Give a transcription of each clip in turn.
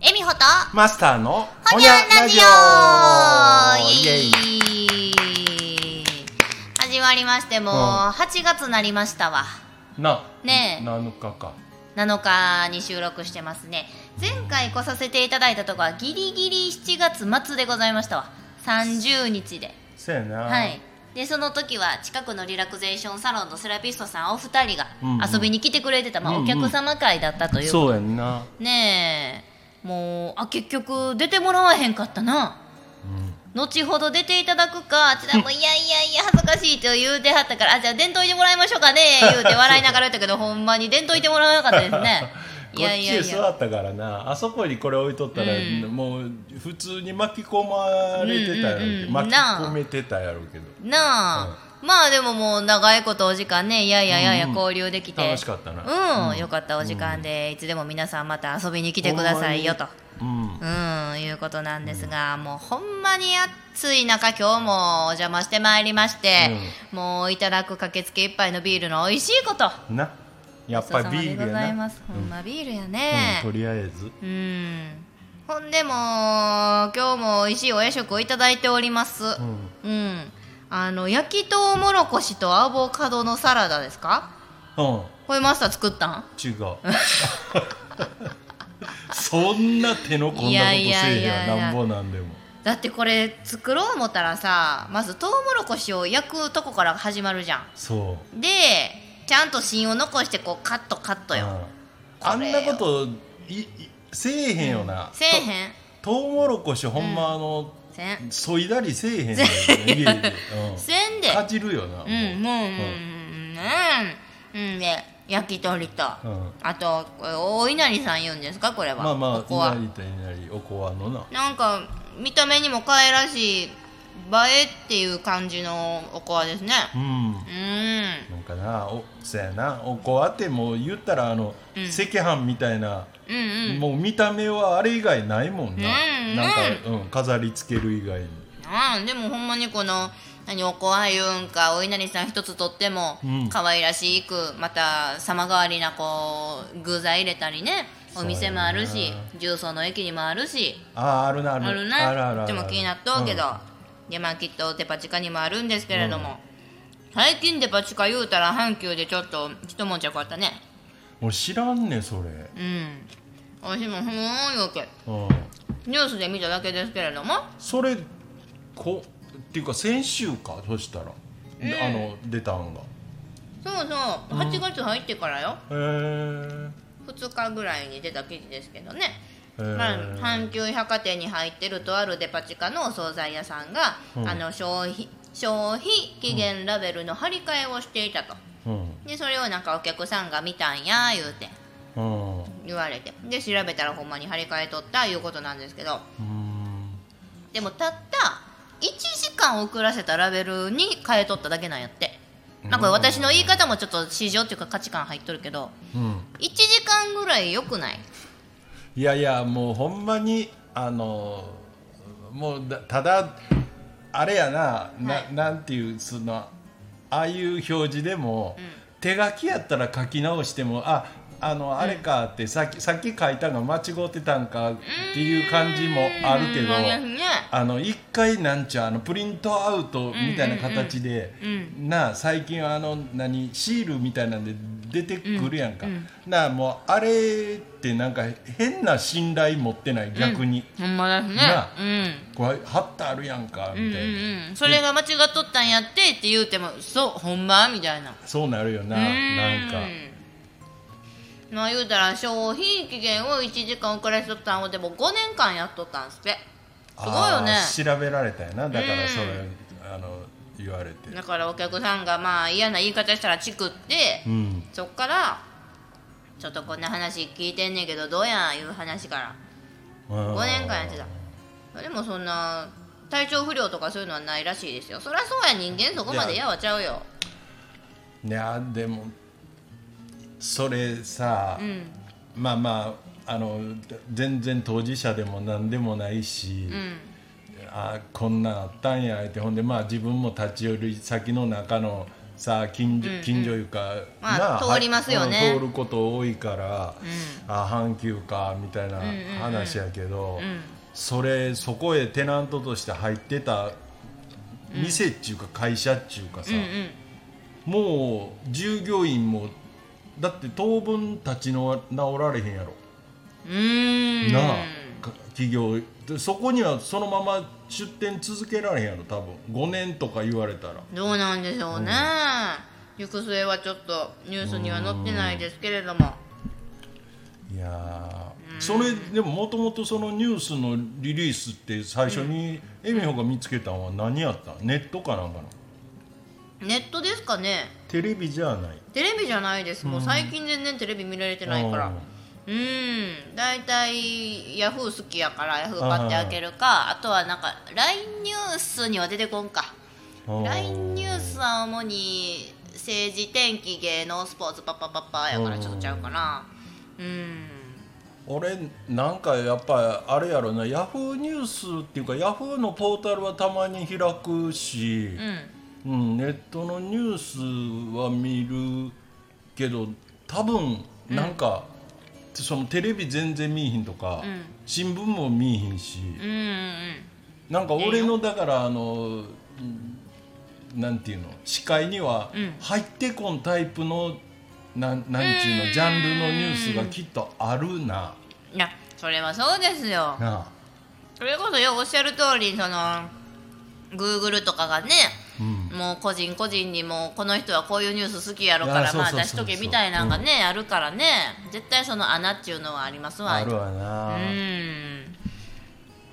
とマスターのほにゃラジオイイエエイイ始まりましてもううん8月になりましたわな、ねえ7日か7日に収録してますね前回来させていただいたとこはギリギリ7月末でございましたわ30日でそうやなはいでその時は近くのリラクゼーションサロンのセラピストさんお二人がうんうん遊びに来てくれてた、まあ、うんうんお客様会だったというそうやんな、ねえもうあ結局出てもらわへんかったな後ほど出ていただくかあち らも「いやいやいや恥ずかしい」と言うてはったから「あじゃあ伝統いてもらいましょうかね」言うて笑いながら言ったけ どほんまに伝統いてもらわなかったですねいこっやいちやへい座やったからなあそこにこれ置いとったら、うんもう普通に巻き込まれてたやろうけど、うんうんうん巻きなあ込めてたやろうけどなあ、まあでももう長いことお時間ねいやいやいやいやうんうん交流できて、楽しかったなうん、よかったお時間で、いつでも皆さんまた遊びに来てくださいよと。うんうん、いうことなんですが、もうほんまに暑い中、今日もお邪魔してまいりまして、もういただく駆けつけ一杯のビールの美味しいこと、なやっぱりビごちそうさまでールごやざないます。ほんまビールやうん、とね。りあえずうん。ほんでも、今日も美味しいお夜食をいただいております。うんうん。あの、焼きとうもろこしとアボカドのサラダですかうんこれマスター作ったん違 う そんな手の込んだことせいやいやえいやへんいややなんぼなんでもだってこれ作ろう思ったらさまずとうもろこしを焼くとこから始まるじゃそうんでちゃんと芯を残してこうカットカットよ、あんなこといいせえへんよな、せえへんととうもろこしほんまあの、せんそいだりせえへんよ、ね、家で、せんうでん、かじるよなうんもううんうんうんうんで焼き鳥と、うん、うんあとこれお稲荷さん言うんですかこれはまあまここあはいなりといなりおこわのななんか見た目にも可愛らしい映えっていう感じのおこわですねうんうんなんかなおそやなおこわってもう言ったらあの、うん赤飯みたいなうんうんもう見た目はあれ以外ないもんうな、んなんか、うん、飾り付ける以外にああでもほんまにこの何お怖いうんかお稲荷さん一つとってもうん可愛らしくまた様変わりなこう具材入れたりねお店もあるそうしやな重曹の駅にもあるしあーあるなあるあるあるあるなあでるも気になっとうけど、でまあきっとデパ地下にもあるんですけれども、最近デパ地下言うたら阪急でちょっと一悶着あったねうんもう知らんねそれうん私もふーんよけうんニュースで見ただけですけれどもそれこっていうか先週かそしたら、あの出たんがへそうそう8月入ってからよ、え2日ぐらいに出た記事ですけどね、へーまあ、阪急百貨店に入ってるとあるデパ地下のお惣菜屋さんが、うんあの消費消費期限ラベルの張り替えをしていたと、うんでそれをなんかお客さんが見たんや言うてうんう言われてで調べたらほんまに張り替えとったいうことなんですけどーんでもたった1時間遅らせたラベルに変えとっただけなんやってなんか私の言い方もちょっと市場っていうか価値観入っとるけどうん1時間ぐらいよくないいやいやもうほんまにあのもうだただあれやな,、はいななんていうそのああいう表示でも、手書きやったら書き直してもああのあれかって、さっきさっき書いたの間違ってたんかっていう感じもあるけどうんうんねあの一回なんちゃあのプリントアウトみたいな形で、なあ最近はあの何シールみたいなんで出てくるやんか、なあもうあれってなんか変な信頼持ってない逆に、ほんまですねなあうんこれ貼ってあるやんかみたいな、うんうん、それが間違っとったんやってって言うてもそうほんまみたいなそうなるよなうーんなんかまあ言うたら消費期限を1時間遅らせとったんをでも5年間やっとったんすってすごいよねあー調べられたよなだかうらんそれ、あの言われてだからお客さんがまあ嫌な言い方したらチクって、うんそっからちょっとこんな話聞いてんねんけどどうやんいう話から5 5年間やってたでもそんな体調不良とかそういうのはないらしいですよそりゃそうや人間そこまで嫌はちゃうよいやでもそれさ、うんまあまああの全然当事者でも何でもないし、うんあこんなんあったんやってほんでまあ自分も立ち寄る先の中のさあ近所,、近所いうか、まあな通りますよねはいうん通ること多いから、あ阪急かみたいな話やけど、それそこへテナントとして入ってた店っちゅうか会社っちゅうかさ、うんうんもう従業員もだって当分立ち直られへんやろ、うーんなあか企業でそこにはそのまま出店続けられへんやろ多分5年とか言われたらどうなんでしょうね、行く末はちょっとニュースには載ってないですけれどもいやーそれでももともとそのニュースのリリースって最初にエミホが見つけたのは何やったんネットかなんかのネットですかねテレビじゃないテレビじゃないですもう最近全然テレビ見られてないからうん大体ヤフー好きやからヤフー買って開けるかあとはなんか LINE ニュースには出てこんかあー LINE ニュースは主に政治天気芸能スポーツパッパッパッパーやからちょっとちゃうかなうん俺なんかやっぱあれやろなヤフーニュースっていうかヤフーのポータルはたまに開くし、うんうん、ネットのニュースは見るけど多分なんか、そのテレビ全然見えひんとか、ん新聞も見えひんし、うんうんなんか俺のだからあの、うんなんていうの視界にはうん入ってこんタイプのなんなんちゅううーのんジャンルのニュースがきっとあるないやそれはそうですよなあ、それこそようおっしゃる通りその Google とかがねうんもう個人個人にもうこの人はこういうニュース好きやろかいやらまあそうそう出しそうそとうけみたいなんがねあるからね絶対その穴っていうのはありますわあるわうな、ん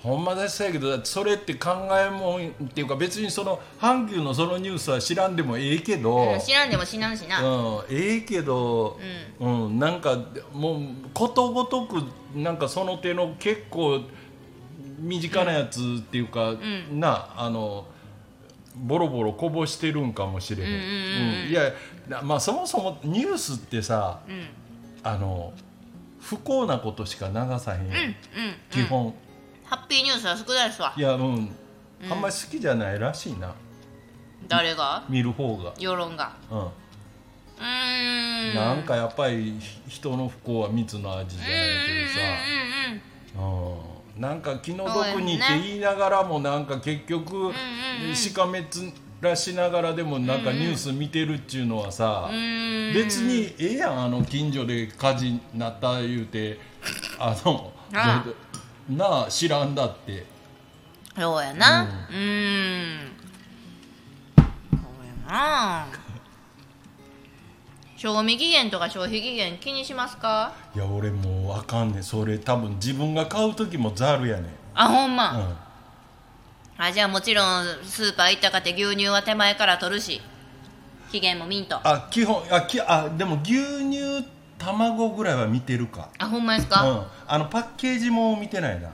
ほんまですやけどだってそれって考えもんっていうか別にその阪急のそのニュースは知らんでもええけど、うん知らんでも知らんしなうん、ええけど、うんなんかもうことごとくなんかその手の結構身近なやつっていうか、なあのボロボロこぼしてるんかもしれへん,、うんいやなまあそもそもニュースってさ、んあの不幸なことしか流さへん、基本、ハッピーニュースは少ないですわいやうんあんまり好きじゃないらしいな、誰が見る方が、世論がうん、うーんなんかやっぱりひ人の不幸は蜜の味じゃないけどさ、うん、なんか気の毒にって言いながらもなんか結局しかめつらしながらでもなんかニュース見てるっちゅうのはさ別にええやんあの近所で火事なった言うてあのあなあ知らんだってそうやなうーんそうやな賞味期限とか消費期限気にしますかいや俺もうあかんねんそれ多分自分が買う時もザルやねん、あほんま、うん、あじゃあもちろんスーパー行ったかて牛乳は手前から取るし期限もミントああ基本あきあでも牛乳卵ぐらいは見てるかほんまですうか、あんあのパッケージも見てないな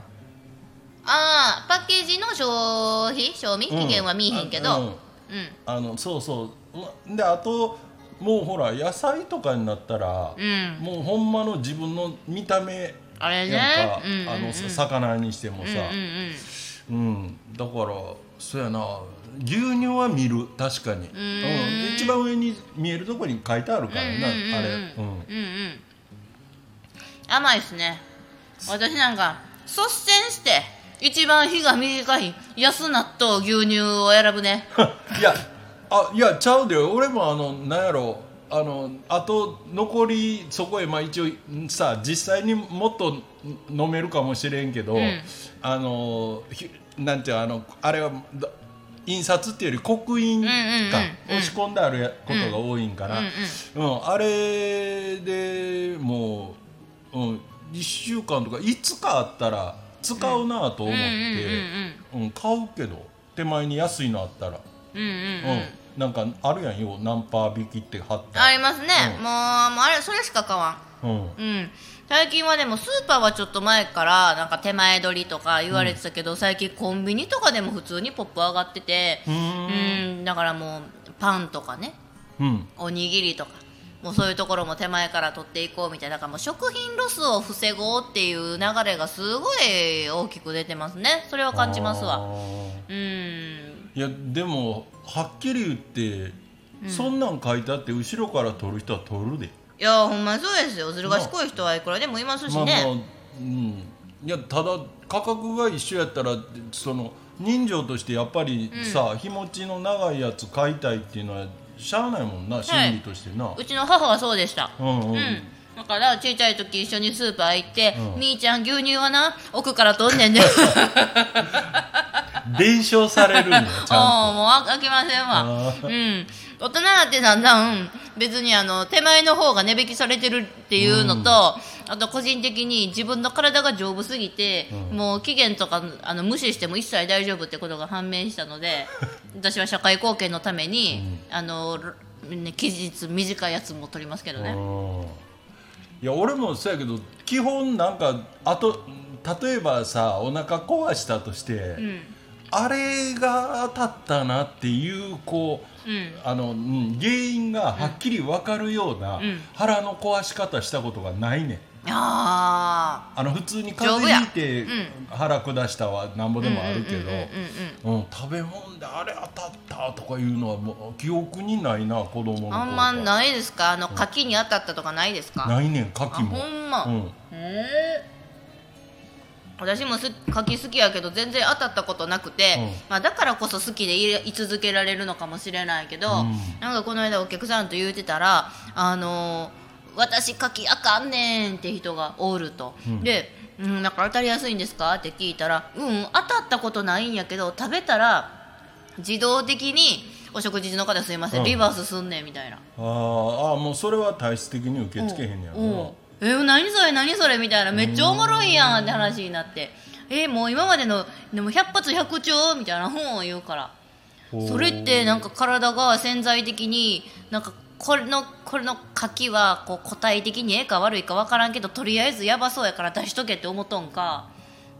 あーパッケージの消費賞味期限は見えへんけどううんんあのそうそううんであともうほら野菜とかになったら、んもうほんまの自分の見た目あれねやんか、うんうんうんあのさ魚にしてもさうんうんうん、だからそうやな牛乳は見る確かにうんで一番上に見えるとこに書いてあるからな、うんうんうんうんあれうんうんうん甘いっすね私なんか率先して一番日が短い安納豆牛乳を選ぶね いやあいやちゃうで俺もあのなんやろあのあと残りそこへまあ一応んさ実際にもっとん飲めるかもしれんけど、んあのひなんていうのあのあれはだ印刷っていうより刻印か、うんうんうんうん押し込んであるやことが多いんかな、うんうんあれでもう、うん、1週間とかいつかあったら使うなと思うっんうんて、うん買うけど手前に安いのあったら。うんうんうんうんうんうん、なんかあるやんよ何パー引きって貼ったありますね、うもうんもうあれそれしか買わうんんうん最近はでもスーパーはちょっと前からなんか手前取りとか言われてたけど、最近コンビニとかでも普通にポップ上がっててうーんうんだからもうパンとかねうんおにぎりとかもうそういうところも手前から取っていこうみたいなだからもう食品ロスを防ごうっていう流れがすごい大きく出てますねそれは感じますあわーうんいやでもはっきり言ってそんなん書いたって後ろから撮る人は撮るで、いやほんまそうですよずる賢い人はいくらでもいますしまあまあね、うんいやただ価格が一緒やったらその人情としてやっぱりさ、日持ちの長いやつ買いたいっていうのはしゃあないもんな心理としてな、うちの母はそうでしたうんうん、うんだから小さい時一緒にスーパー行って「みーちゃん牛乳はな奥から取んねんで」伝承されるん やちああゃんともうあ開けませんわあうん大人だってだんだん別にあの手前の方が値引きされてるっていうのと、あと個人的に自分の体が丈夫すぎて、もう期限とかあの無視しても一切大丈夫ってことが判明したの で私は社会貢献のために、あのね期日短いやつも取りますけどね、うんいや俺もそうやけど基本なんかあと例えばさお腹壊したとして、あれが当たったなっていうこう、あのうん原因がはっきり分かるような腹の壊し方したことがないねんああの普通に風邪ひいて腹下したはなんぼでもあるけどうん食べ物であれ当たったとかいうのはもう記憶にないな子供の頃ああんまなないですかあの柿に当たったとかないですかないねん牡あ蠣もほんま、うんえー私もす柿好きやけど全然当たったことなくて、うんまあ、だからこそ好きでいい続けられるのかもしれないけど、んなんかこの間お客さんと言うてたら「あのー私柿あかんねん」って人がおると、で、うん「なんか当たりやすいんですか?」って聞いたら「うん当たったことないんやけど食べたら自動的にお食事中の方すいません、うんリバースすんねん」みたいな。あーあーもうそれは体質的に受け付けへんねやろなうんえ何それ何それみたいなめっちゃおもろいやんって話になってえもう今までのでも100発100中みたいな本を言うからほうそれってなんか体が潜在的になんかこれのこれの柿はこう個体的にええか悪いか分からんけどとりあえずやばそうやから出しとけって思っとんか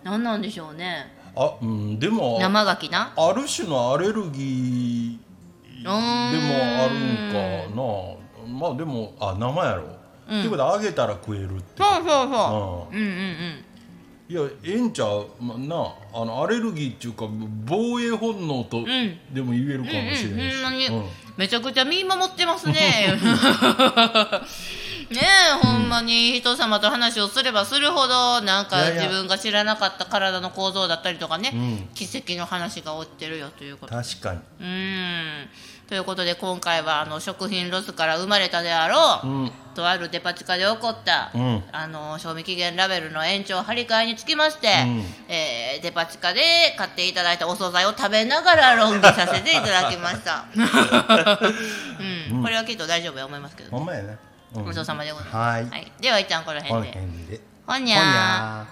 何なんでしょうねあうんでも生柿なある種のアレルギーでもあるんかなまあでもあ生やろ、ってことは揚げたら食えるってそうそうそあううんうんうんいやええんちゃう、まあ、なあのアレルギーっていうか防衛本能とんでも言えるかもしれないし、うん、ほんまに、うんめちゃくちゃ見守ってます ねねえほんまに人様と話をすればするほどなんいかやいや自分が知らなかった体の構造だったりとかね、うん奇跡の話が起きてるよということ確かにうんということで今回はあの食品ロスから生まれたであろう、うんとあるデパ地下で起こった、うんあの賞味期限ラベルの延長張り替えにつきまして、えーデパ地下で買っていただいたお惣菜を食べながら論議させていただきま した、うんこれはきっと大丈夫や思いますけど、ほねんまやね、うんごちそうさまでございます、はいでは一旦このこ辺での辺でほにほにゃーゃー